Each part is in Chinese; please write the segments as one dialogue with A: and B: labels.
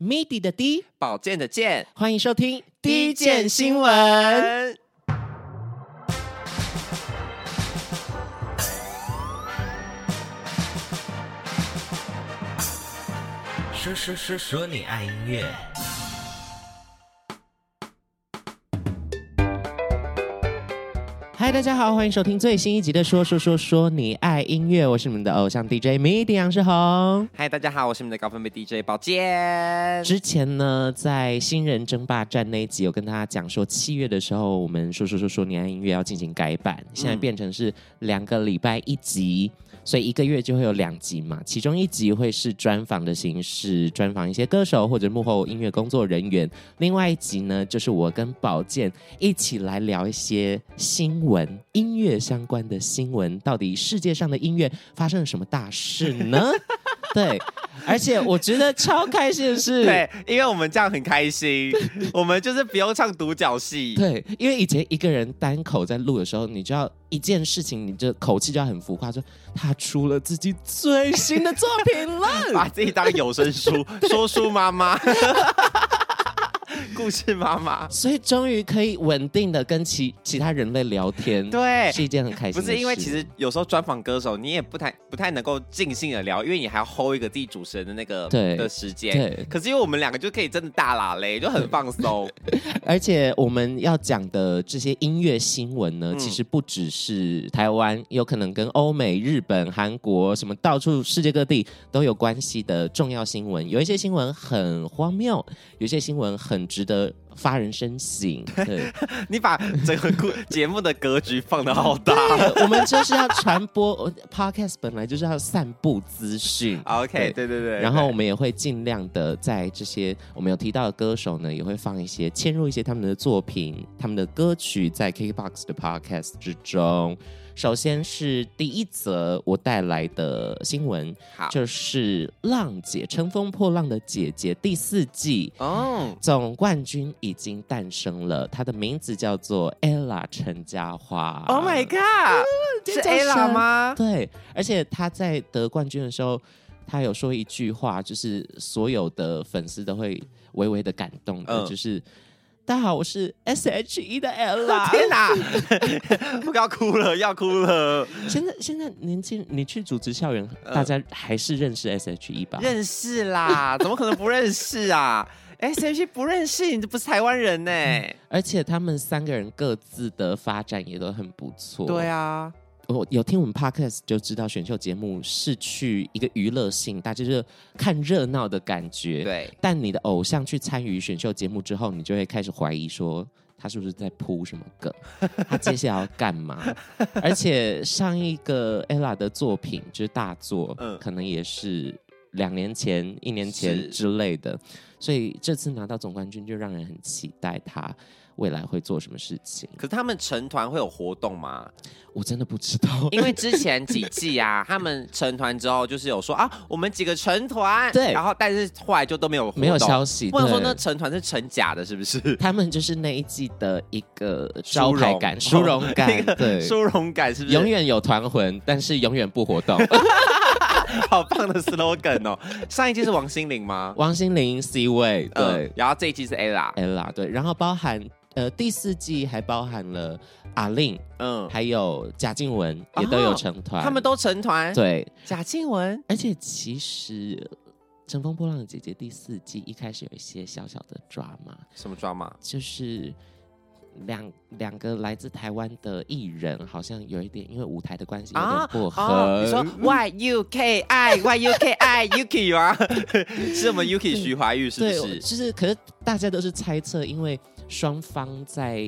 A: MIDI 的 D，
B: 保健的健，
A: 欢迎收听
B: 第一件新
A: 闻。
C: 说说说说你爱音乐，
A: 嗨，大家好，欢迎收听最新一集的《说说说说你爱音乐》，我是你们的偶像 DJ MIDI 杨世宏。
B: 嗨，大家好，我是你们的高分贝 DJ 保健。
A: 之前呢，在新人争霸战那一集，有跟大家讲说，七月的时候，我们说说说说你爱音乐要进行改版，现在变成是两个礼拜一集，所以一个月就会有两集嘛。其中一集会是专访的形式，专访一些歌手或者幕后音乐工作人员；另外一集呢，就是我跟宝健一起来聊一些新闻，音乐相关的新闻，到底世界上的音乐发生了什么大事 呢？对，而且我觉得超开心的是，
B: 对，因为我们这样很 开心，我们就是不用唱独角戏。
A: 对，因为以前一个人单口在录的时候，你就要一件事情，你就口气就要很浮夸，说他出了自己最新的作品了。
B: 把自己当有声 书，说书妈妈，故事妈妈，
A: 所以终于可以稳定的跟其其他人类聊天，，
B: 对。
A: 是一件很开心
B: 不
A: 的事。
B: 是因为其实有时候专访歌手，你也不太不太能够尽兴的聊，因为你还要 hold 一个自己主持人的那个
A: 对
B: 的时间。
A: 对，
B: 可是因为我们两个就可以真的大喇嘞，就很放松。
A: 而且我们要讲的这些音乐新闻呢，
B: 嗯
A: 其实不只是台湾，有可能跟欧美、日本、韩国什么到处世界各地都有关系的重要新闻。有一些新闻很荒谬，有一些新闻很值得发人深省。对，
B: 你把整个故节目的格局放的好大。
A: 我们就是要传播呃 podcast，本来就是要散布资讯。对
B: OK，对对对。
A: 然后我
B: 对
A: 们也会尽量的在这些我们有提到的歌手呢，也会放一些嵌入一些他们的作品、他们的歌曲在 KKBOX 的 Podcast 之中。首先是第一则我带来的新闻，
B: 好
A: 就是《浪姐乘风破浪的姐姐》第四季
B: 哦，
A: 总冠军已经诞生了，她的名字叫做 ella 陈嘉华。
B: Oh my god！是
A: 尖叫声
B: Ella 吗？
A: 对，而且他在得冠军的时候，他有说一句话，就是所有的粉丝都会微微的感动的，
B: 嗯
A: 就是大家好，我是 S H E 的 Ella。
B: 天哪！啊 不要哭了，要哭了。
A: 现在现在年轻人，你去组织校园，大家还是认识 S H E 吧？
B: 嗯认识啦，怎么可能不认识 啊？S 嗯 H 不认识，你这不是台湾人呢、
A: 而且他们三个人各自的发展也都很不错。
B: 对啊，
A: 我有听我们 podcast 就知道，选秀节目是去一个娱乐性，大家就是看热闹的感觉。。
B: 对，
A: 但你的偶像去参与选秀节目之后，你就会开始怀疑说。他是不是在铺什么梗？ 他接下来要干嘛？而且上一个 ella 的作品就是大作，
B: 嗯
A: 可能也是两年前、一年前
B: 是
A: 之类的，所以这次拿到总冠军就让人很期待他未来会做什么事情。
B: 可是他们成团会有活动吗？
A: 我真的不知道，
B: 因为之前几季啊，他们成团之后就是有说啊，我们几个成团，
A: 对
B: 然后但是后来就都没有活动
A: 没有消息。
B: 我想说
A: 对
B: 那成团是成假的，是不是？
A: 他们就是那一季的一个招牌感、
B: 殊
A: 殊
B: 荣
A: 荣感
B: 那，个
A: 对，
B: 殊荣感是不是？
A: 永远有团魂，但是永远不活 动。
B: 好棒的 slogan 哦！ 上一季是王心凌 吗？
A: 王心凌 C 位，对
B: 嗯、然后这一季是 ella，
A: ，ella 对，然后包含呃第四季还包含了阿令，
B: 嗯，啊
A: 还有贾静雯也都有成团，
B: 他们都成团。
A: 对，
B: 贾静雯，
A: 而且其实。《乘风破浪的姐姐》第四季一开始有一些小小的抓马，
B: 什么 drama？
A: 就是两两个来自台湾的艺人，好像有一点因为舞台的关系有点
B: 啊
A: 不合。
B: 哦，你说 Y U K I Y U K I Yuki 吗？ 是我们 Yuki 徐怀钰是不
A: 对，
B: 是？
A: 就是可是大家都是猜测，因为双方在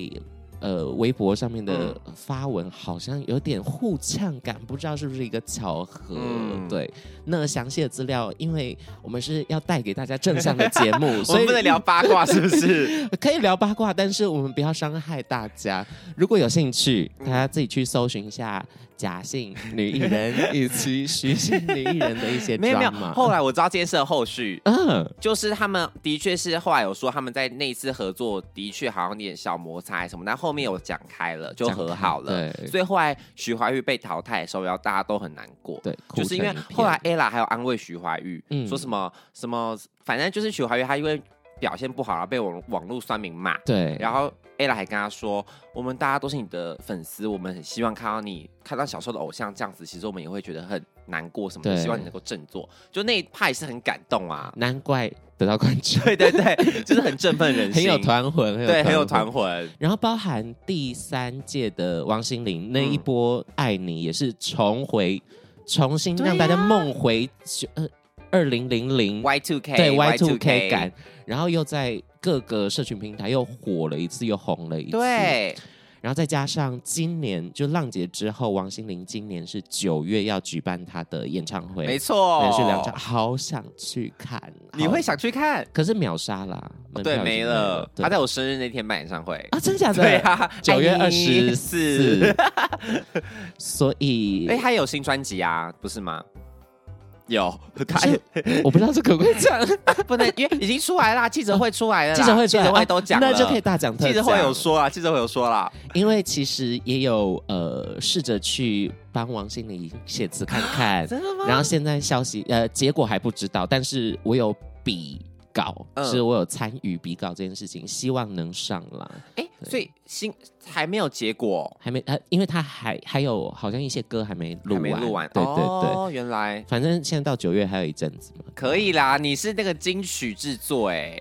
A: 呃微博上面的
B: 嗯
A: 发文好像有点互呛感，不知道是不是一个巧合。
B: 嗯
A: 对，那详细的资料，因为我们是要带给大家正向的节目，
B: 我
A: 所
B: 们
A: 以
B: 不能聊八卦，是不 是？
A: 可以聊八卦，但是我们不要伤害大家。如果有兴趣，大
B: 嗯
A: 家自己去搜寻一下假性女艺人以及徐姓女艺人的一些
B: 没有没有。
A: drama
B: 后来我知道这件事的后续，
A: 嗯，
B: 就是他们的确是后来有说他们在那一次合作的确好像有点小摩擦什么，但后面有讲开了，就
A: 讲
B: 和
A: 开
B: 好了。
A: 对
B: 所以后来徐怀钰被淘汰的时候，然后大家都很难过。
A: 对，
B: 就是因为
A: 哭成一片
B: 后来 ella 还有安慰徐怀钰，
A: 嗯
B: 说什么什么，反正就是徐怀钰她因为表现不好，然后被网网络酸民骂，
A: 对，
B: 然后 ella 还跟她说，我们大家都是你的粉丝，我们很希望看到你看到小时候的偶像这样子，其实我们也会觉得很难过什么的，
A: 对
B: 希望你能够振作，就那一派是很感动啊，
A: 难怪得到冠军，
B: 对对对，就是 很振奋人
A: 很
B: 心，
A: 有团魂，
B: 对，很有
A: 魂
B: 团魂，
A: 然后包含第三届的王心凌那一
B: 嗯
A: 波《爱你》，也是重回，重新让大家
B: 对呀
A: 梦回呃二零零零
B: Y two K
A: 对 Y Two K 感，然后又在各个社群平台又火了一次，又红了一次。，
B: 对，
A: 然后再加上今年就浪姐之后，王心凌今年是九月要举办她的演唱会，
B: 没
A: 错，
B: 错，
A: 连续两场，好想去看。
B: 你
A: 好
B: 会，想去看？
A: 可是秒杀啦，门
B: 哦
A: 票
B: 对，
A: 已经
B: 没了，
A: 嗯对
B: 他在我生日那天办演唱会。
A: 啊，真假的？
B: 对啊，
A: 九月
B: 爱
A: 二
B: 你
A: 十四，所以
B: 哎，他有新专辑啊，不是吗？有，他
A: 是我不知道这可不可以讲，
B: 啊不能，因为已经出来啦，记者会出来了 啦，
A: 记者会出来
B: 记者
A: 哦
B: 会都讲了，
A: 那就可以大讲特
B: 记者会有
A: 讲。
B: 说啦，记者会有说啦，
A: 因为其实也有呃试着去帮王心凌写词看看，
B: 啊真的吗？
A: 然后现在消息呃结果还不知道，但是我有比稿，
B: 嗯
A: 是我有参与比稿这件事情，希望能上啦。
B: 哎，所以新还没有结果，
A: 还没呃，因为他还还有好像一些歌还没录
B: 还
A: 完，
B: 没录完，
A: 对对对，
B: 哦，原来
A: 反正现在到九月还有一阵子嘛，
B: 可以啦，你是那个金曲制作哎，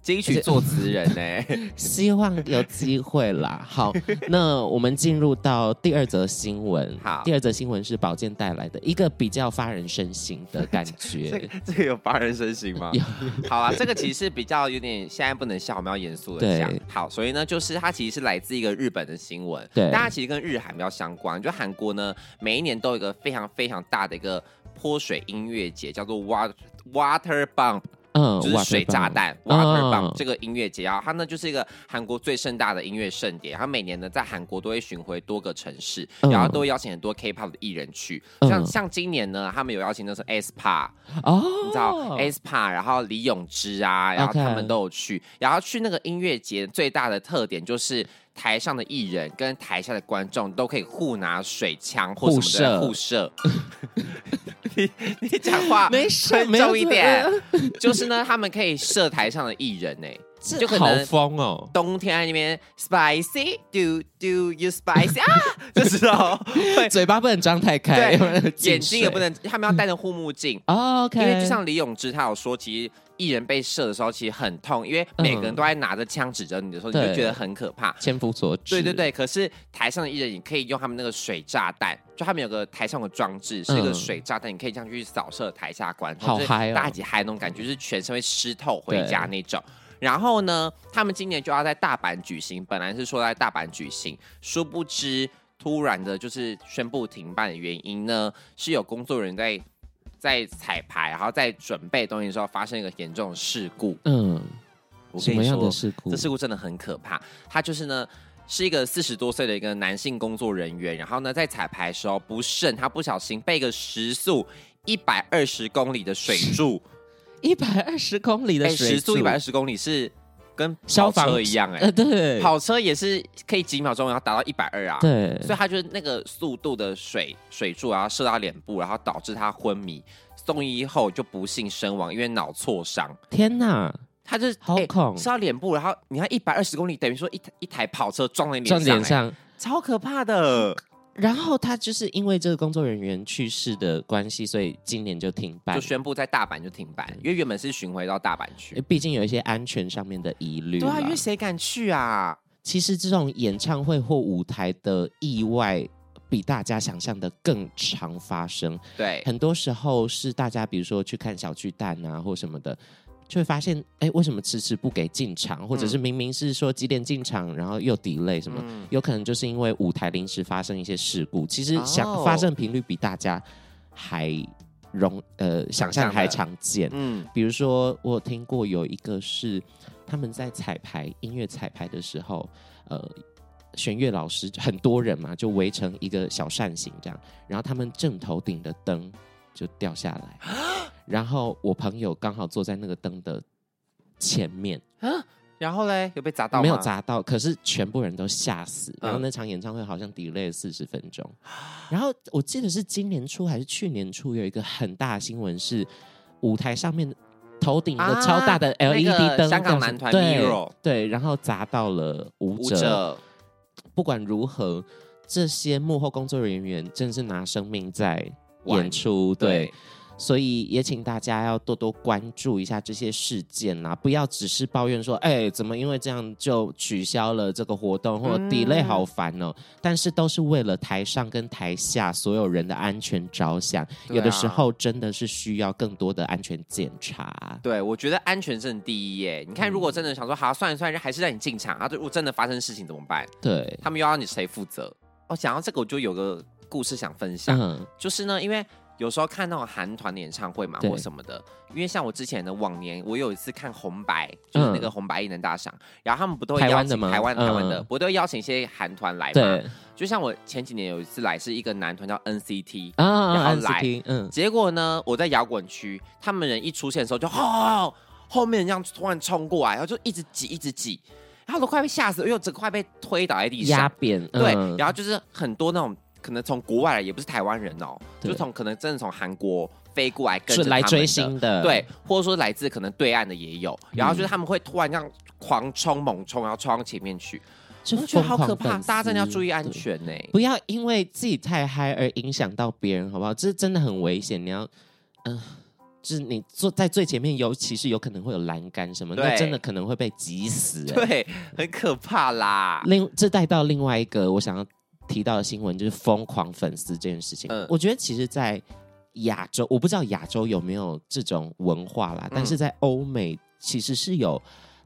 B: 金曲作词人 哎，
A: 希望有机会 啦。好，那我们进入到第二则新闻。
B: 好
A: 第二则新闻是宝剑带来的一个比较发人深省的感
B: 这
A: 觉
B: 个。这个有发人深省吗
A: 有？
B: 好啦，这个其实是比较有点现在不能笑，我们要严肃的
A: 对
B: 讲。好，所以呢，就是它其实是来自一个日本的新闻，
A: 对
B: 但它其实跟日韩比较相关。就韩国呢，每一年都有一个非常非常大的一个泼水音乐节，叫做 Water Water Bomb，
A: 嗯
B: 就是水炸，弹
A: Water Bomb
B: Water
A: 哦
B: Bomb 这个音乐节啊，它呢就是一个韩国最盛大的音乐盛典，它每年呢在韩国都会巡回多个城市，
A: 嗯
B: 然后都会邀请很多 K-pop 的艺人去，
A: 嗯
B: 像像今年呢，他们有邀请那是 S PA，
A: Water Bomb 哦，
B: 你知道 aespa，然后李永芝啊，然后
A: OK
B: 他们都有去，然后去那个音乐节最大的特点就是台上的艺人跟台下的观众都可以互拿水枪或
A: 互
B: 什么的
A: 射
B: 互射。 你你讲话
A: 没事
B: 啊
A: 呃
B: 尊
A: 没有
B: 重一
A: 怎么
B: 点，就是呢，他们可以射台上的艺人呢、
A: 这
B: 就可
A: 好
B: 能
A: 疯哦。
B: 冬天在那边 spicy do do you spicy 啊， 这时候 会
A: 嘴巴不能张太开，
B: 对
A: 要不然进
B: 眼睛也
A: 水
B: 不能，他们要戴着护目镜，
A: 哦 OK，
B: 因为就像李永芝他有说，其实艺人被射的时候其实很痛，因为每个人都在拿着枪指着你的时候，你就
A: 嗯对
B: 觉得很可怕。
A: 千夫所指，
B: 对对，对，可是台上的艺人，你可以用他们那个水炸弹，就他们有个台上的装置，是一个
A: 嗯
B: 水炸弹，你可以这样去扫射台下观众，
A: 好
B: 就是
A: 嗨哦
B: 大家一起嗨那种感觉，就是全身会湿透回家那种。然后呢，他们今年就要在大阪举行，本来是说在大阪举行，殊不知突然的就是宣布停办的原因呢，是有工作人员在在彩排，然后在准备东西的时候发生一个严重的事故。
A: 嗯，
B: 我
A: 什
B: 跟
A: 么
B: 你
A: 样
B: 说
A: 的，事故？
B: 这事故真的很可怕。他就是呢，是一个四十多岁的一个男性工作人员，然后呢，在彩排的时候不慎，他不小心被一个时速一百二十公里的水柱，
A: 一百二十公里的
B: 哎，
A: 水
B: 时速一百二十公里是跟
A: 消
B: 跑
A: 防
B: 车一样、
A: 呃，对
B: 哎，，跑车也是可以几秒钟然后达到一百二啊，
A: 对，
B: 所以他就是那个速度的水水柱，然后射到脸部，然后导致他昏迷，送医后就不幸身亡，因为脑挫伤。
A: 天哪，
B: 他就是
A: 好
B: 哎
A: 恐
B: 射到脸部，然后你看一百二十公里，等于说一台一台跑车撞在你
A: 撞
B: 脸上、
A: 脸
B: 哎
A: 上。嗯
B: 超可怕的，
A: 然后他就是因为这个工作人员去世的关系，所以今年就停办
B: 就。宣布在大阪就停
A: 嗯
B: 办，因为原本是巡回到大阪去。
A: 毕竟有一些安全上面的疑虑
B: 对
A: 啦。
B: 啊，因为谁敢去啊？
A: 其实这种演唱会或舞台的意外，比大家想象的更常发生。
B: 对，
A: 很多时候是大家比如说去看小巨蛋啊或什么的，就会发现，哎，为什么迟迟不给进场，或者是明明是说几点进场，然后又 delay 什么，
B: 嗯
A: 有可能就是因为舞台临时发生一些事故。其实
B: 哦
A: 想发生频率比大家还容呃想象
B: 的
A: 还常见。
B: 嗯，
A: 比如说，我有听过有一个是他们在彩排音乐彩排的时候，呃，弦乐老师很多人嘛，就围成一个小扇形这样，然后他们正头顶的灯就掉下来，然后我朋友刚好坐在那个灯的前面，
B: 然后嘞，有被砸到吗？
A: 没有砸到，可是全部人都吓死。然后
B: 嗯
A: 那场演唱会好像 delay 了四十分钟。然后我记得是今年初还是去年初，有一个很大的新闻是舞台上面头顶有
B: 啊
A: 个超大的
B: 那
A: LED
B: 个
A: E 灯，
B: 香港
A: 这样子
B: 男团
A: 对
B: Mirror
A: 对，然后砸到了舞
B: 舞
A: 者。
B: 者，
A: 不管如何，这些幕后工作人员真是拿生命在演出，对，
B: 对，
A: 所以也请大家要多多关注一下这些事件啦、不要只是抱怨说，哎、怎么因为这样就取消了这个活动，或者
B: 嗯
A: delay 好烦哦、但是都是为了台上跟台下所有人的安全着想，
B: 对啊
A: 有的时候真的是需要更多的安全检查。
B: 对，我觉得安全真的第一耶。
A: 嗯
B: 你看，如果真的想说，好算了算了，还是让你进场啊，对，如果真的发生事情怎么办？
A: 对，
B: 他们又要你谁负责？哦，讲到这个，我就有个故事想分享，
A: 嗯，
B: 就是呢，因为有时候看那种韩团的演唱会嘛，
A: 对
B: 或什么的，因为像我之前的往年，我有一次看红白，就是那
A: 嗯
B: 个红白艺能大赏，然后他们不都会
A: 台
B: 邀
A: 湾的
B: 请
A: 吗
B: 台湾台湾的，
A: 嗯
B: 不都会邀请一些韩团来嘛
A: 对？
B: 就像我前几年有一次来，是一个男团叫 NCT，
A: 啊，
B: 然后
A: 安斯
B: 来
A: 汀嗯，
B: 结果呢，我在摇滚区，他们人一出现的时候就吼，后面这样突然冲过来，然后就一直挤，一直挤，然后都快被吓死了，因为我整个快被推倒在地
A: 压
B: 上。
A: 扁，
B: 对，
A: 嗯
B: 然后就是很多那种可能从国外来，也不是台湾人哦，
A: 对
B: 就从可能真的从韩国飞过来跟着
A: 是来
B: 他们
A: 追
B: 的
A: 星的，嗯
B: 对，或者说来自可能对岸的也有，然后就是他们会突然这样狂冲猛冲，然后冲到前面去，
A: 就
B: 我觉得好可怕，
A: 疯狂粉丝
B: 大家真的要注意安
A: 对
B: 全呢、
A: 不要因为自己太嗨而影响到别人，好不好？这真的很危险。你要，嗯、就是你坐在最前面，尤其是有可能会有栏杆什么，
B: 对
A: 那真的可能会被挤死、欸。，
B: 对，很可怕啦。
A: 另这带到另外一个我想要提到的新闻，就是疯狂粉丝这件事情。
B: 嗯
A: 我觉得其实，在亚洲，我不知道亚洲有没有这种文化啦，
B: 嗯
A: 但是在欧美其实是有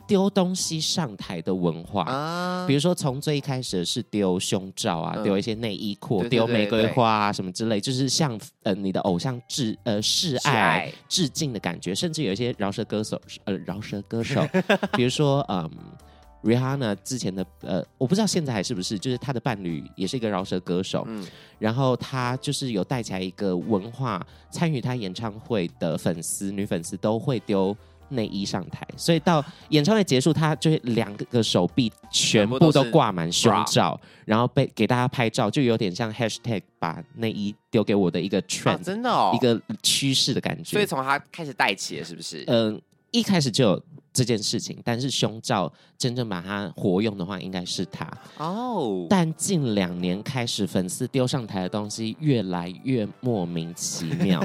A: 丢东西上台的文化
B: 啊
A: 比如说从最一开始是丢胸罩啊，
B: 嗯
A: 丢一些内衣裤，
B: 对对
A: 丢
B: 对
A: 玫瑰
B: 对
A: 花啊什么之类，就是向呃你的偶像致呃示
B: 是
A: 爱致敬的感觉，甚至有一些饶舌歌手呃饶舌歌手， 比如说嗯。Rihanna 之前的呃，我不知道现在还是不是，就是她的伴侣也是一个饶舌歌手，
B: 嗯
A: 然后她就是有带起来一个文化，参与她演唱会的粉丝女粉丝都会丢内衣上台，所以到演唱会结束，她就会两个手臂全部都挂满胸罩，然后被给大家拍照，就有点像 hashtag 把内衣丢给我的一个
B: 啊
A: trend，、
B: 真的哦，
A: 一个趋势的感觉。
B: 所以从他开始带起了，是不是？
A: 嗯、一开始就有这件事情，但是胸罩真正把它活用的话，应该是它。
B: 哦，
A: 但近两年开始，粉丝丢上台的东西越来越莫名其妙，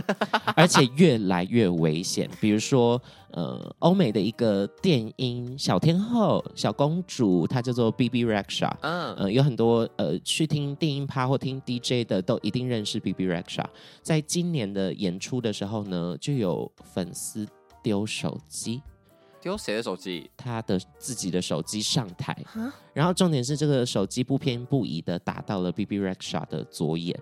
A: 而且越来越危险。比如说，呃，欧美的一个电音小天后、小公主，她叫做 B B Rexha。
B: 嗯，
A: 呃，有很多呃去听电音趴或听 DJ 的，都一定认识 B B Rexha。在今年的演出的时候呢，就有粉丝丢手机，
B: 丢谁的手机？
A: 他的自己的手机上台，然后重点是这个手机不偏不倚的打到了 B B Rexha 的左眼，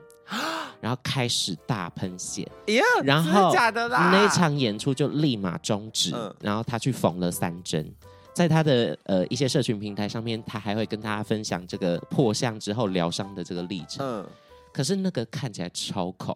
A: 然后开始大喷血，
B: 呀，
A: 然
B: 真的
A: 后
B: 假的啦？
A: 那一场演出就立马终止，
B: 啊嗯
A: 然后他去缝了三针。在他的呃一些社群平台上面，他还会跟大家分享这个破相之后疗伤的这个历程。
B: 嗯，
A: 可是那个看起来超恐，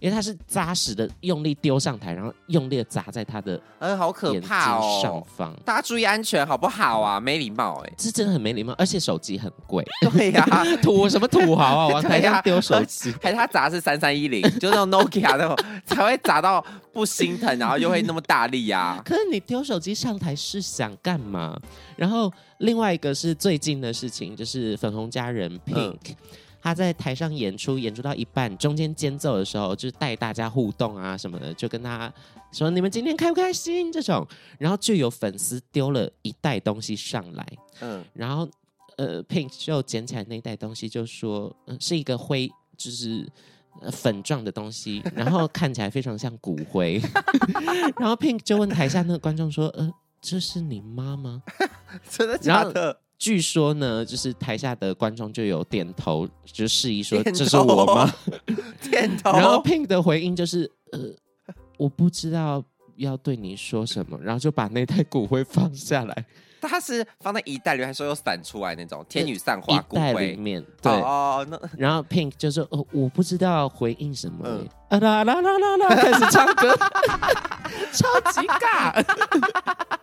A: 因为他是扎实的用力丢上台，然后用力的砸在他的
B: 嗯，好可
A: 眼睛
B: 怕
A: 上
B: 哦！
A: 方。、
B: 大家注意安全好不好啊？没礼貌哎
A: 嗯这真的很没礼貌，而且手机很贵，
B: 对呀、
A: 土什么土豪啊， 往台上丢手机。
B: 还是他砸的是三三 一零，就那种 Nokia 那种，才会砸到不心疼，然后又会那么大力啊呀、
A: 可是你丢手机上台是想干嘛？然后另外一个是最近的事情，就是粉红佳人 Pink，、她在台上演出，演出到一半，中间间奏的时候，就是带大家互动啊什么的，就跟她说你们今天开不开心这种，然后就有粉丝丢了一袋东西上来，
B: 嗯，
A: 然后呃，Pink 就捡起来那袋东西，就说、嗯是一个灰，就是。呃粉状的东西，然 后看起来非常像骨灰， 然后 Pink 就问台下那个观众说：“呃，这是你妈吗
B: 真的假
A: 然
B: 的？”
A: 据说呢，就是台下的观众就有点头，就示意说：“
B: 点头
A: 这是我 吗
B: 点？”头，
A: 然后 Pink 的回应就是：“呃，我不知道要对你说什么。”然后就把那袋骨灰放下来，
B: 他是放在一袋里面，还说有散出来那种天女散花
A: 一
B: 骨
A: 袋里
B: 灰。
A: 面，对，
B: 哦哦，那
A: 然后 Pink 就说：“哦，我不知道回应什么、
B: 嗯
A: 啊啦啦 啦啦啦，开始唱歌，超级尬。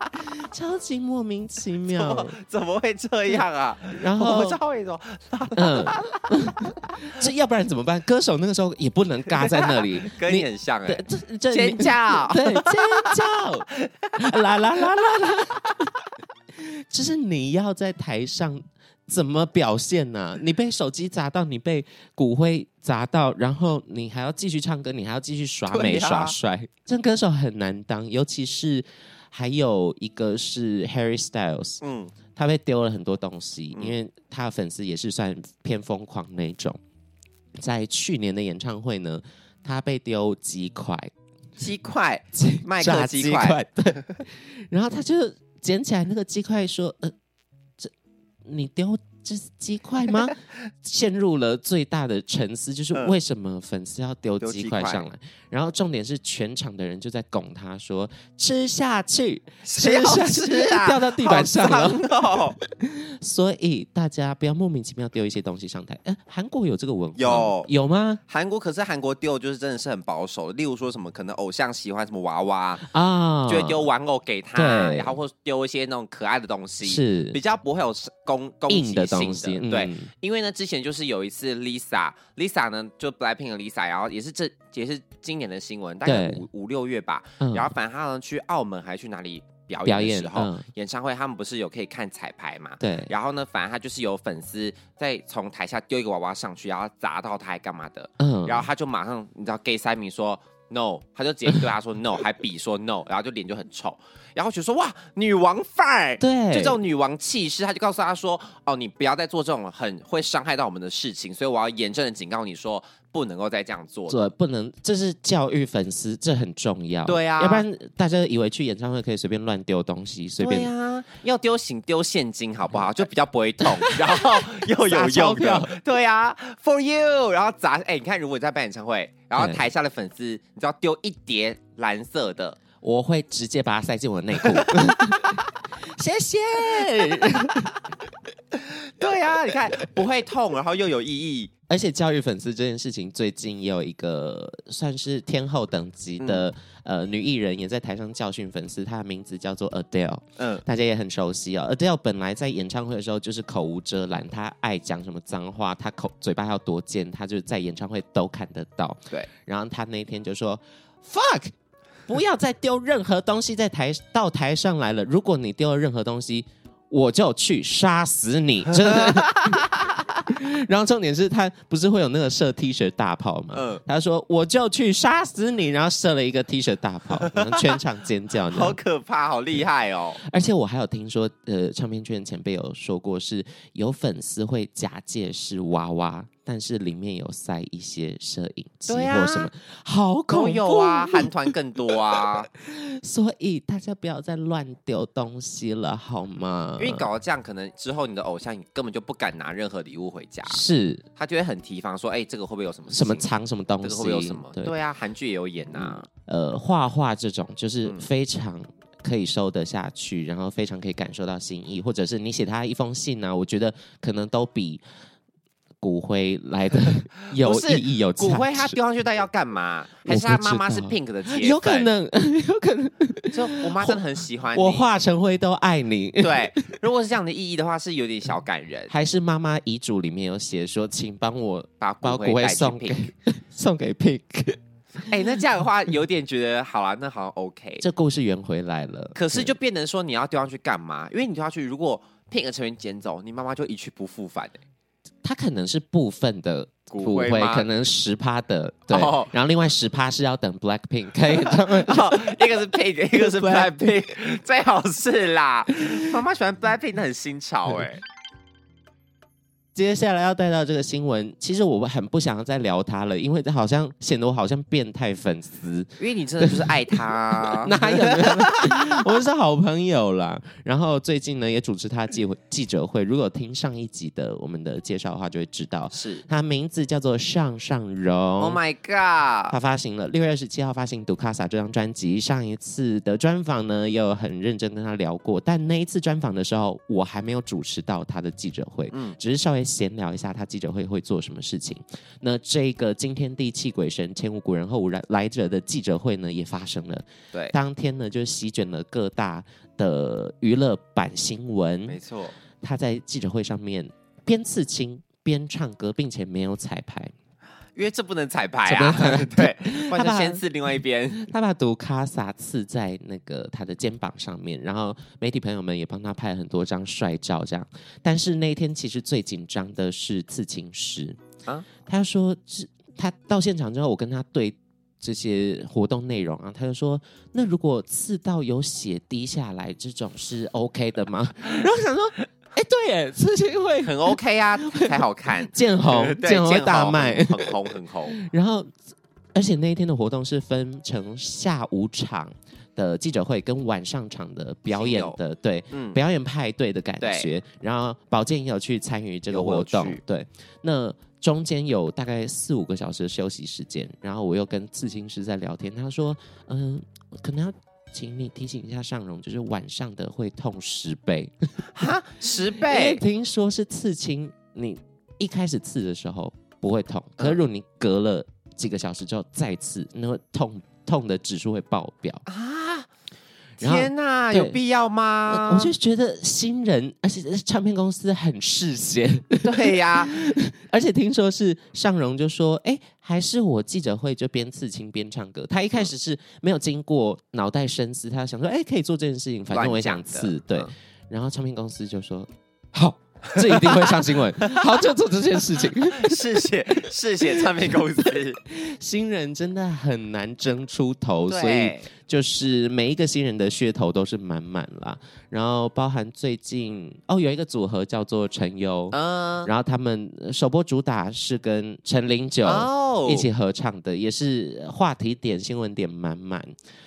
A: 超级莫名其妙。
B: 怎么会这样啊？
A: 然
B: 我
A: 后
B: 不知，道为什么，
A: 嗯， 这要不然怎么办？歌手那个时候也不能尬在那里
B: ，跟你
A: 你
B: 很像哎、
A: 对这这
B: 尖叫
A: 对，尖叫，啦啦啦啦啦，就是你要在台上怎么表现呢、你被手机砸到，你被骨灰砸到，然后你还要继续唱歌，你还要继续耍美、
B: 对啊
A: 耍帅，这歌手很难当，尤其是还有一个是 Harry Styles，
B: 嗯，
A: 他被丢了很多东西，
B: 嗯
A: 因为他的粉丝也是算偏疯狂那种。在去年的演唱会呢，他被丢鸡块，
B: 鸡块，
A: 鸡
B: 麦克
A: 炸
B: 鸡
A: 鸡
B: 块
A: 块，对。然后他就捡起来那个鸡块说：“呃，这你丢这是鸡块吗？”陷入了最大的沉思，就是
B: 嗯
A: 为什么粉丝要丢
B: 丢
A: 鸡
B: 鸡
A: 块
B: 块
A: 上来？然后重点是全场的人就在拱他说：“吃下去，
B: 谁要
A: 下去
B: 吃，啊？
A: 掉到地板上了。”
B: 好脏哦！
A: 所以大家不要莫名其妙丢一些东西上台。哎、韩国有这个文化吗
B: 有
A: 有吗？
B: 韩国可是韩国丢就是真的是很保守，例如说什么可能偶像喜欢什么娃娃，
A: 啊，
B: 就会丢玩偶给他，
A: 对
B: 然后或丢一些那种可爱的东西，
A: 是
B: 比较不会有攻攻击
A: 硬
B: 性
A: 的东西，嗯
B: 对，，因为呢，之前就是有一次 Lisa，Lisa 呢就 Blackpink 的 Lisa，然后也是这也是今年的新闻，大概
A: 对
B: 五五六月吧，
A: 嗯
B: 然后反正她呢去澳门还去哪里表
A: 表
B: 演的
A: 演
B: 时候，
A: 嗯
B: 演唱会他们不是有可以看彩排嘛？
A: 对，
B: 然后呢，反正他就是有粉丝在从台下丢一个娃娃上去，然后砸到他，还干嘛的？
A: 嗯
B: 然后他就马上你知道 gay 三明说 no，他就直接对他 说 no，还比说 no，然后就脸就很臭，然后就说哇女王范儿，
A: 对，
B: 就这种女王气势，他就告诉他说哦你不要再做这种很会伤害到我们的事情，所以我要严正的警告你说不能够再这样做了。
A: 做不能，这是教育粉丝，这很重要。
B: 对啊
A: 要不然大家以为去演唱会可以随便乱丢东西，随
B: 对啊
A: 便
B: 呀、要丢行丢现金好不 好？就比较不会痛， 然后又有用
A: 撒
B: 的。对呀、f o r you，然后砸。哎、你看，如果你在办演唱会，然后
A: 对
B: 台下的粉丝，你知道丢一叠蓝色的，
A: 我会直接把它塞进我的 内裤。谢谢。
B: 对呀、你看不会痛，然后又有意义。
A: 而且教育粉丝这件事情，最近也有一个算是天后等级的、
B: 嗯
A: 呃女艺人，也在台上教训粉丝。她的名字叫做 Adele，
B: 嗯，
A: 大家也很熟悉哦。Adele 本来在演唱会的时候就是口无遮拦，她爱讲什么脏话，她口嘴巴要多尖，她就在演唱会都看得到。
B: 对，
A: 然后她那天就说 “fuck”，不要再丢任何东西在台到台上来了。如果你丢了任何东西，我就去杀死你！ 真的。然后重点是他不是会有那个射 T 恤大炮吗？
B: 嗯
A: 他说我就去杀死你，然后射了一个 T 恤大炮，然后全场尖叫。你知道
B: 好
A: 吗
B: 可怕，好厉害哦。
A: 而且我还有听说，呃，唱片圈前辈有说过是，有粉丝会假借是娃娃，但是里面有塞一些摄影机
B: 对啊
A: 或什么，好
B: 都
A: 恐
B: 有
A: 怖
B: 啊，韩团更多啊，
A: 所以大家不要再乱丢东西了，好吗？
B: 因为搞到这样，可能之后你的偶像你根本就不敢拿任何礼物回家，
A: 是
B: 他就会很提防说，哎、这个会不会有什么事
A: 什么
B: 情
A: 藏什么东
B: 这个
A: 西，
B: 会不会有什么？
A: 对，
B: 对啊，韩剧也有演啊呐、
A: 呃，画画这种就是
B: 嗯
A: 非常。可以收得下去，然后非常可以感受到心意，或者是你写他一封信呢、我觉得可能都比骨灰来的 有
B: 不是
A: 意义、有
B: 骨
A: 价
B: 灰他
A: 值
B: 丢上去，但要干嘛？
A: 我
B: 还是他
A: 不知
B: 妈妈是
A: 道
B: Pink 的铁粉？
A: 有可。能，有可能，
B: 就我妈真的很喜欢你
A: 我。化成灰都爱你。
B: 对，如果是这样的意义的话，是有点小感人。
A: 还是妈妈遗嘱里面有写说，请帮我
B: 把
A: 把
B: 骨
A: 骨
B: 灰
A: 灰
B: 带去
A: 送
B: Pink
A: 给 送给 Pink。
B: 哎、那这样的话有点觉得好啦，那好像 OK。
A: 这故事圆回来了，
B: 可是就变成说你要丢上去干嘛？因为你丢上去，如果 Pink 的成员捡走，你妈妈就一去不复返、欸。
A: 它可能是部分的
B: 骨
A: 骨
B: 灰
A: 灰，
B: 吗
A: 可能十趴的对
B: 哦，
A: 然后另外十趴是要等 Blackpink 开 演唱会。
B: 哦，一个是 Pink，一个是 Blackpink，最好是啦。妈妈喜欢 Blackpink 那很新潮 哎、
A: 接下来要带到这个新闻，其实我很不想要再聊它了，因为这好像显得我好像变态粉丝。
B: 因为你真的就是爱她 啊、
A: 哪有？ 我们是好朋友啦。然后最近呢，也主持他记记者会。如果听上一集的我们的介绍的话，就会知道
B: 是
A: 他名字叫做上上荣。
B: Oh my god！
A: 他发行了六月二十七号发行《杜卡萨》这张专辑。上一次的专访呢，也有很认真跟他聊过，但那一次专访的时候，我还没有主持到他的记者会，
B: 嗯
A: 只是稍微闲聊一下他记者会会做什么事情。那这个惊天地泣鬼神，前无古人后无来来者的记者会呢，也发生了。
B: 对，
A: 当天呢，就是席卷了各大的娱乐版新
B: 没
A: 闻。
B: 错，
A: 他在记者会上面边刺青边唱歌，并且没有彩排。
B: 因为这不能彩排
A: 这不能
B: 啊
A: 彩排，
B: 对，或
A: 他
B: 者
A: 把
B: 先刺另外 一边，
A: 他把毒卡萨刺在那个他的肩膀上面，然后媒体朋友们也帮他拍了很多张帅照，这样。但是那一天其实最紧张的是刺青师
B: 啊
A: 啊，他说这他到现场之后，我跟他对这些活动内容啊，他就说那如果刺到有血滴下来这种是 OK 的吗？然后我想说，哎、对耶，刺青 会。
B: 很 OK 啊，才好看，
A: 见红
B: 对
A: 见红会大
B: 红
A: 卖，
B: 很红很红。
A: 然后，而且那一天的活动是分成下午场的记者会跟晚上场的表演的，对，
B: 嗯，
A: 表演派对的感觉。然后宝剑也有去参与这个活
B: 有我
A: 动
B: 有去，
A: 对。那中间有大概四五个小时的休息时间，然后我又跟刺青师在聊天，他说：“嗯，可能要请你提醒一下尚荣，就是晚上的会痛十倍。”
B: 哈，十
A: 因为
B: 倍，
A: 听说是刺青，你一开始刺的时候不会痛，可是如果你隔了几个小时之后再刺，那会痛痛的指数会爆表。
B: 啊！
A: 然后
B: 天哪，
A: 对
B: 有必要吗？
A: 我我就觉得新人，而且这唱片公司很嗜血，
B: 对呀、
A: 而且听说是尚荣就说，哎、还是我记者会就边刺青边唱歌。他一开始是没有经过脑袋深思，他想说，哎、可以做这件事情，反正我也想刺，对。
B: 嗯
A: 然后唱片公司就说，好，这一定会上新闻，好，就做这件事情。
B: 谢谢 谢谢唱 片公司，
A: 新人真的很难争出头，所以
B: 对，
A: 就是每一个新人的噱头都是满满啦。然后包含最近哦，有一个组合叫做陈优，
B: 嗯，
A: 然后他们呃首播主打是跟陈零九
B: 哦
A: 一起合唱的，也是话题点、新闻点满满。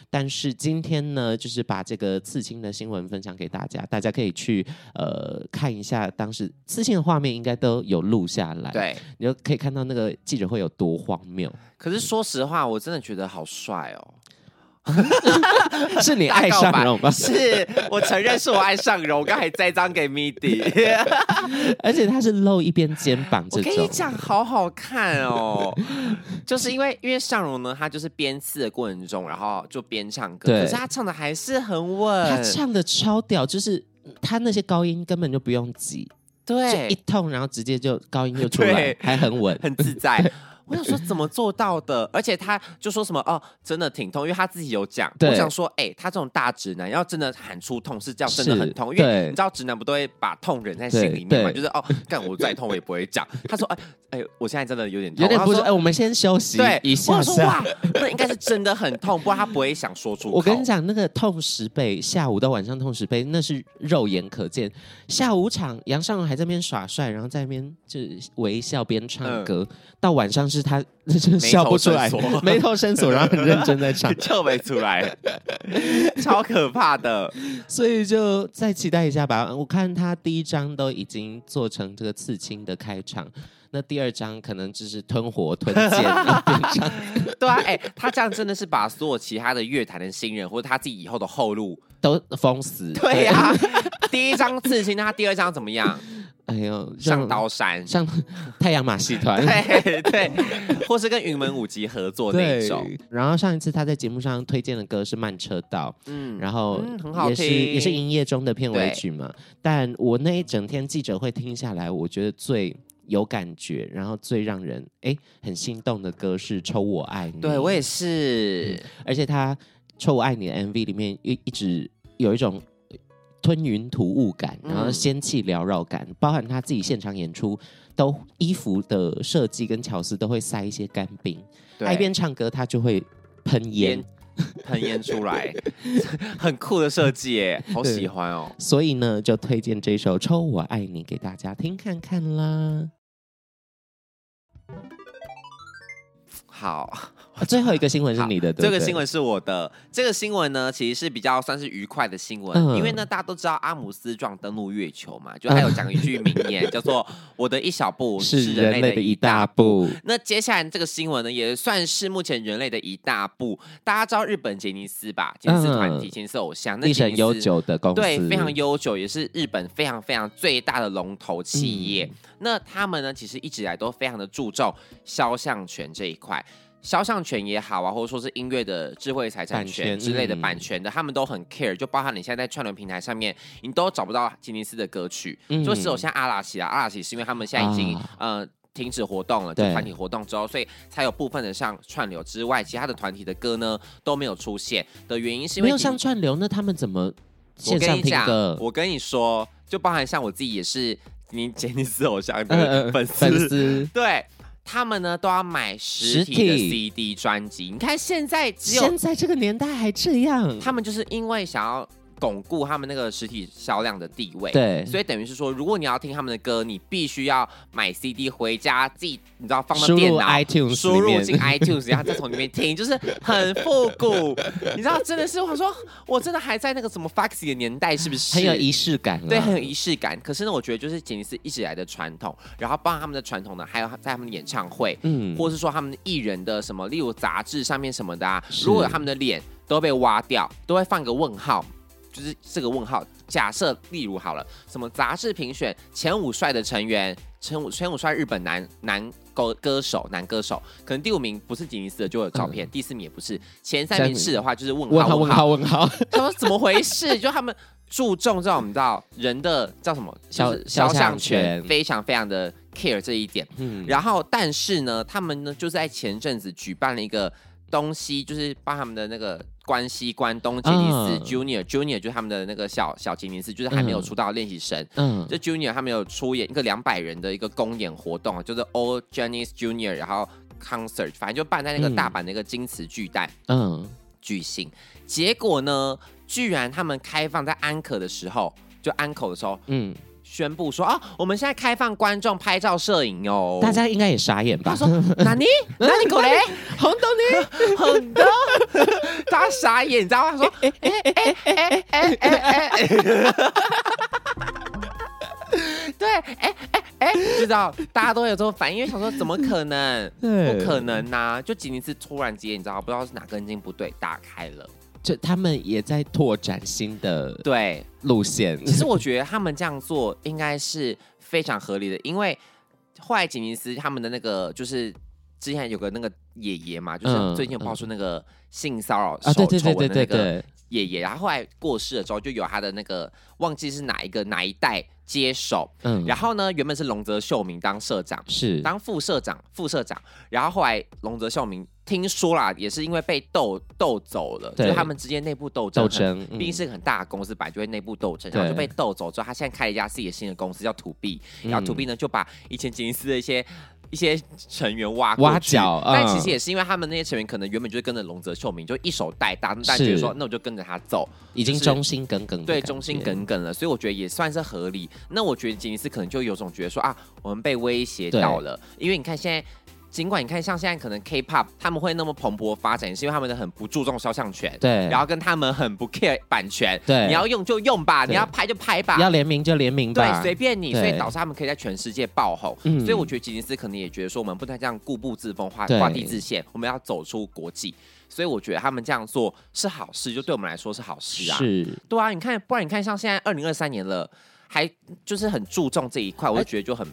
A: 但是今天呢，就是把这个刺青的新闻分享给大家，大家可以去呃看一下当时刺青的画面，应该都有录下来，，
B: 对。
A: 你就可以看到那个记者会有多荒谬。
B: 可是说实话，我真的觉得好帅哦！
A: 是你
B: 大
A: 爱
B: 告
A: 上
B: 白？
A: 容吧
B: 是我承认是我爱上容，我刚才栽赃 给 MIDI。
A: 而且他是露一边肩膀
B: 我
A: 这
B: 跟
A: 种。
B: 你讲，好好看 哦！就是因为因为尚荣呢，他就是边刺的过程中，然后就边唱歌，
A: 对
B: 可是他唱的还是很稳，
A: 他唱的超屌，就是他那些高音根本就不用挤，就一
B: 对，
A: 痛，然后直接就高音就出来
B: 对，
A: 还很稳。
B: 很自在。我想说怎么做到的，而且他就说什么哦，真的挺痛，因为他自己有讲。
A: 对
B: 我想说，哎、他这种大直男要真的喊出痛是叫真的
A: 是
B: 很痛，因为
A: 对
B: 你知道直男不都会把痛忍在心里面
A: 对
B: 嘛，
A: 对
B: 就是哦，干我再痛我也不会讲。他说，哎、哎、我现在真的有点 痛，
A: 有点不是，
B: 然
A: 哎、
B: 后
A: 我们先休息
B: 他说对，
A: 一
B: 我
A: 下
B: 想说
A: 下。
B: 哇，那应该是真的很痛，不然他不会想说出口。
A: 我跟你，讲，那个痛十倍，下午到晚上痛十倍，那是肉眼可见。下午场杨尚荣还在那边耍帅，然后在那边就是微笑边唱歌，到晚上是他 就是笑不出来
B: 眉头深锁，。
A: 眉头深锁，然后很认真在唱
B: 撤没出来， 超可怕的。
A: 所以就再期待一下吧。我看他第一章都已经做成这个刺青的开场，那第二章可能就是吞火吞剑那边唱。
B: 对啊，哎、他这样真的是把所有其他的乐坛的新人，或者他自己以后的后路，
A: 都封死。
B: 对呀、第一张刺青，那他第二张怎么 样？
A: 哎呦，让
B: 上刀山，
A: 上太阳马戏团。
B: 对 对，或是跟云门舞集合作那一种，
A: 对，然后上一次他在节目上推荐的歌是《慢车道》，
B: 嗯，
A: 然后
B: 嗯很好
A: 也是
B: 听
A: 也是营业中的片尾曲嘛。但我那一整天记者会听下来，我觉得最有感觉，然后最让人哎很心动的歌是《抽我爱你》。
B: 对我也是，
A: 而且他《臭我爱你》的 MV 里面一一直有一种呃吞云吐雾感，
B: 嗯
A: 然后仙气缭绕感，包含他自己现场演出，都衣服的设计跟巧思都会塞一些干冰，
B: 对
A: 他嗯一边唱歌他就会喷烟
B: 烟。 喷烟出来， 很酷的设计耶，好
A: 对
B: 喜欢哦。
A: 所以呢，就推荐这首《抽我爱你》给大家听看看啦。
B: 好，
A: 啊最后一个新闻是你的，对
B: 这
A: 不
B: 个
A: 对
B: 新闻是我的，这个新闻呢，其实是比较算是愉快的新闻，
A: 嗯
B: 因为呢，大家都知道阿姆斯壮登陆月球嘛，就他有讲一句名 言，叫做“我的一小步
A: 是人
B: 人
A: 类
B: 类
A: 的
B: 的
A: 一
B: 一
A: 大
B: 大
A: 步，
B: 那接下来这个新闻呢，也算是目前人类的一大步。大家知道日本杰尼斯吧？杰尼斯团体、
A: 嗯
B: 杰尼斯偶像，那
A: 历
B: 杰
A: 史
B: 尼
A: 很
B: 斯
A: 悠久的公司，
B: 对，非常悠久，也是日本非常非常最大的龙头企业。
A: 嗯
B: 那他们呢，其实一直以来都非常的注重肖像权这一块。肖像权也好啊，或者说是音乐的智慧财产
A: 版权
B: 权之类的
A: 嗯
B: 版权的，他们都很 care，就包含你现在在串流平台上面，你都找不到吉尼斯的歌曲，
A: 嗯
B: 就只有像阿拉西啊，阿拉西是因为他们现在已经、
A: 啊
B: 呃停止活动了，就
A: 对
B: 团体活动之后，所以才有部分的上串流之外，其他的团体的歌呢都没有出现的原因是因为
A: 没有
B: 吉
A: 上串流，那他们怎么
B: 我
A: 线
B: 跟
A: 上
B: 你
A: 听
B: 讲，
A: 歌？
B: 我跟你说，就包含像我自己也是你杰尼斯偶像
A: 呃
B: 的
A: 呃
B: 粉丝，
A: 粉丝
B: 对他们呢都要买实
A: 实
B: 体的
A: 体
B: CD 专辑。你看现在只有
A: 现在这个年代还这样，
B: 他们就是因为想要巩固他们那个实体销量的地位，
A: 对，
B: 所以等于是说，如果你要听他们的歌，你必须要买 CD 回家，自己你知道放到
A: 输
B: 电
A: 入
B: 脑。
A: iTunes
B: 输
A: 里
B: 入
A: 面
B: 进 iTunes，然后再从里面听，就是很复古。你知道，真的是我说，我真的还在那个什么 Foxy 的年代，是不是？
A: 很有仪式感啊啦，
B: 对，很有仪式感。可是呢，我觉得就是杰尼斯一直以来的传统，然后包含他们的传统呢，还有在他们的演唱会，
A: 嗯，
B: 或是说他们艺人的什么，例如杂志上面什么的啊，
A: 是
B: 如果有他们的脸都被挖掉，都会放一个问号，就是这个问号。假设例如好了，什么杂志评选前五帅的成员，前五前五帅日本男男歌歌手男歌手，可能第五名不是吉尼斯的就会有照片，第四名也不是，前三名是的话就是问号
A: 嗯问号问号问号，
B: 他说怎么 回事？就他们注重这种你知道人的叫什么
A: 肖
B: 就是肖
A: 肖像
B: 像权，
A: 权
B: 非常非常的 care 这一点。
A: 嗯，
B: 然后，但是呢，他们呢就在前阵子举办了一个东西，就是帮他们的那个关西关东吉尼斯
A: 嗯
B: Junior、Junior 就是他们的那个小小吉尼斯，就是还没有
A: 嗯
B: 出道的练习生。
A: 嗯，
B: 这 Junior 他们有出演一个两百人的一个公演活动啊，就是 All Chinese Junior，然后 concert，反正就办在那个
A: 嗯
B: 大阪的一个金瓷巨蛋。
A: 嗯，
B: 巨星。结果呢，居然他们开放在安可的时候，就安口的时候
A: 嗯，
B: 宣布说啊，我们现在开放观众拍照摄影哦。
A: 大家应该也傻眼吧
B: 他？说哪 里哪里狗嘞，
A: 红豆泥，
B: 很的，大家傻眼，你知道吗？他 说哎哎哎哎哎哎。 对，哎哎哎，知道，大家都有这种反应，因为想说怎么可能，
A: 对
B: 不可能呐、就吉尼斯突然间，你知道，不知道是哪根筋不对，打开了，
A: 就他们也在拓展新的
B: 对，
A: 路线，
B: 其实我觉得他们这样做应该是非常合理的，因为后来吉尼斯他们的那个就是之前有个那个爷爷嘛，就是
A: 嗯
B: 最近有爆出那个性骚扰
A: 啊，对
B: 手
A: 对对
B: 丑
A: 对
B: 闻的那
A: 对
B: 个
A: 对，
B: 爷爷，然后后来过世了之后，就有他的那个忘记是哪一个哪一代接手，
A: 嗯，
B: 然后呢，原本是龙泽秀明当社长。
A: 是
B: 当副社长，副社长，然后后来龙泽秀明听说啦，也是因为被斗斗走了，就
A: 对
B: 是他们之间内部斗争
A: 斗
B: 很
A: 争，嗯
B: 毕竟是个很大的公司，本来就会内部斗争，
A: 对
B: 然后就被斗走之后，他现在开了一家自己的新的公司叫 To B，
A: 嗯
B: 然后 To B 呢就把以前吉尼斯的一些一些成员挖过去
A: 挖角，
B: 但
A: 嗯
B: 其实也是因为他们那些成员可能原本就是跟着龙泽秀明，就一手带大，但
A: 是
B: 觉得说那我就跟着他走，
A: 已经
B: 就是
A: 忠心耿耿的
B: 对，
A: 感觉
B: 忠心耿耿了，所以我觉得也算是合理。那我觉得吉尼斯可能就有种觉得说啊，我们被威胁到了，因为你看现在。尽管你看，像现在可能 K-pop 他们会那么蓬勃发展，也是因为他们的很不注重肖像权，
A: 对，
B: 然后跟他们很不 care 版权，
A: 对
B: 你要用就用吧，
A: 对
B: 你要拍就拍吧，
A: 要联名就联名吧，
B: 对，随便你，
A: 对
B: 所以导致他们可以在全世界爆红。
A: 嗯
B: 所以我觉得吉尼斯可能也觉得说，我们不能这样固步自封、画
A: 对
B: 画地自限，我们要走出国际。所以我觉得他们这样做是好事，就对我们来说是好事啊。
A: 是
B: 对啊，你看，不然你看，像现在二零二三年了，还就是很注重这一块，
A: 哎
B: 我就觉得就很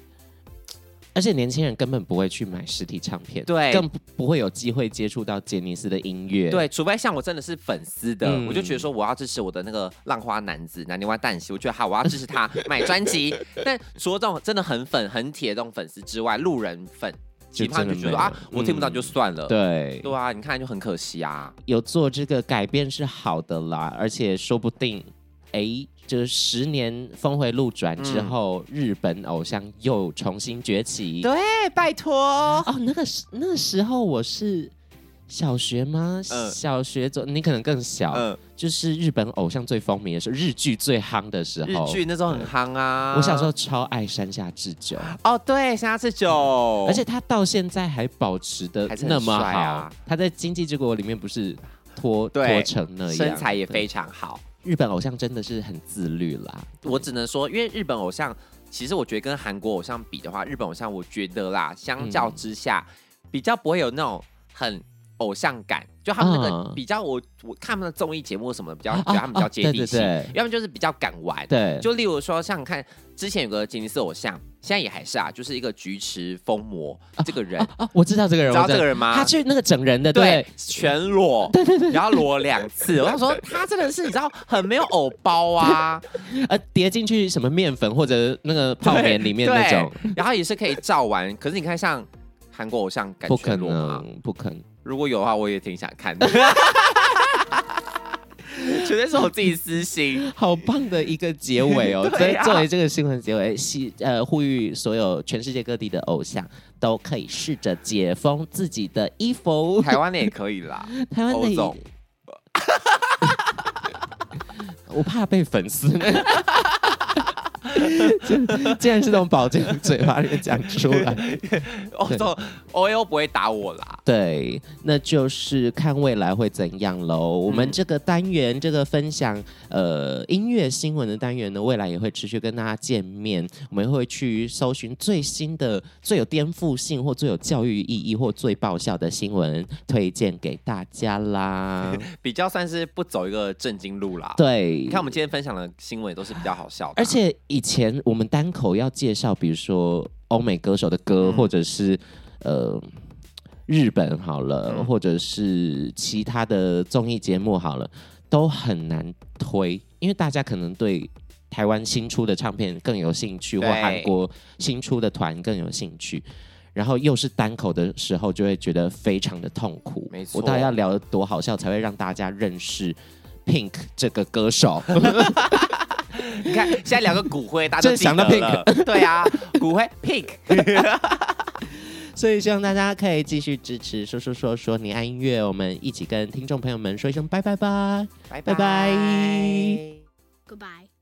A: 而且年轻人根本不会去买实体唱片，
B: 对
A: 更不不会有机会接触到杰尼斯的音乐，，
B: 对，除非像我真的是粉丝的，
A: 嗯
B: 我就觉得说我要支持我的那个浪花男子南泥湾蛋喜，我觉得好，我要支持他买专 辑。但除了这种真的很粉很铁的这种粉丝之外，路人粉
A: 就
B: 其他
A: 真的
B: 就觉得
A: 没
B: 说
A: 有
B: 啊，我听不到
A: 嗯
B: 就算了。
A: 对，
B: 对啊，你看就很可惜啊。
A: 有做这个改变是好的啦，而且说不定，哎，就是十年峰回路转之
B: 嗯
A: 后，日本偶像又重新崛起。
B: 对，拜托，
A: 哦，那个时那个时候我是小学吗？
B: 嗯
A: 小学左，你可能更小，
B: 嗯，
A: 就是日本偶像最风靡的时候，日剧最夯的时
B: 日
A: 候。
B: 剧那时候很夯啊。
A: 我小时候超爱山下智久，
B: 哦，对，三次九，
A: 而且他到现在还保持的
B: 哦还是很
A: 那么
B: 帅
A: 好。
B: 啊
A: 他在《经济之国》里面不是脱
B: 对
A: 脱成那样，
B: 身材也
A: 啊对
B: 非常好。
A: 日本偶像真的是很自律啦。
B: 我只能说，因为日本偶像，其实我觉得跟韩国偶像比的话，日本偶像我觉得啦，相较
A: 嗯
B: 之下、比较不会有那种很偶像感，就他们那个
A: 嗯
B: 比较我、我看他们的综艺节目什么的比较，
A: 啊
B: 觉得他们比较接地气，
A: 啊对对
B: 要么就是比较敢玩。
A: 对，
B: 就例如说，像你看之前有个吉尼斯偶像，现在也还是啊，就是一个菊池风磨、这个人，
A: 啊，我知道这个
B: 你
A: 人，
B: 知道
A: 我知
B: 这
A: 道
B: 个人吗？
A: 他去那个整人的，
B: 对
A: 对，
B: 全裸，然后裸两次。我想说，他真的是你知道很没有偶包啊，
A: 呃，叠进去什么面粉或者那个泡
B: 对
A: 面里面那种，
B: 然后也是可以照完。可是你看，像韩国偶像敢
A: 不可
B: 全裸吗？
A: 能，不可能。
B: 如果有的话，我也挺想看的。 绝对是我自己 私心。
A: 好棒的一个结尾 哦！所
B: 对
A: 以
B: 啊
A: 作为这个新闻结尾，希呃呼吁所有全世界各地的偶像都可以试着解封自己的衣服。
B: 台湾的也可以啦，
A: 台湾的
B: 欧总
A: 也， 我怕被粉丝。 这竟然是从宝剑嘴巴里面讲出 来，
B: 欧洲哦 O L 不会打我啦。
A: 对，那就是看未来会怎样喽。我们这个单元，这个分享呃音乐新闻的单元呢，未来也会持续跟大家见面。我们会去搜寻最新的、最有颠覆性或最有教育意义或最爆笑的新闻，推荐给大家 啦。
B: 比较算是不走一个正经路啦。
A: 对，
B: 你看我们今天分享的新闻也都是比较好笑的啊，
A: 而且以前我们单口要介绍，比如说欧美歌手的歌，
B: 嗯
A: 或者是呃日本好了，
B: 嗯
A: 或者是其他的综艺节目好了，都很难推，因为大家可能对。台湾新出的唱片更有兴趣，或
B: 对
A: 韩国新出的团更有兴趣，然后又是单口的时候，就会觉得非常的痛苦。
B: 没错
A: 我到底要聊得多好笑，才会让大家认识 Pink 这个歌手？
B: 你看现在聊个骨灰，大家都
A: 真想到
B: 记得了对啊，骨灰 pink。
A: 所以希望大家可以继续支持说说说说你爱音乐，我们一起跟听众朋友们说一声拜拜吧。
B: 拜
A: 拜拜
B: 拜拜。
D: Goodbye.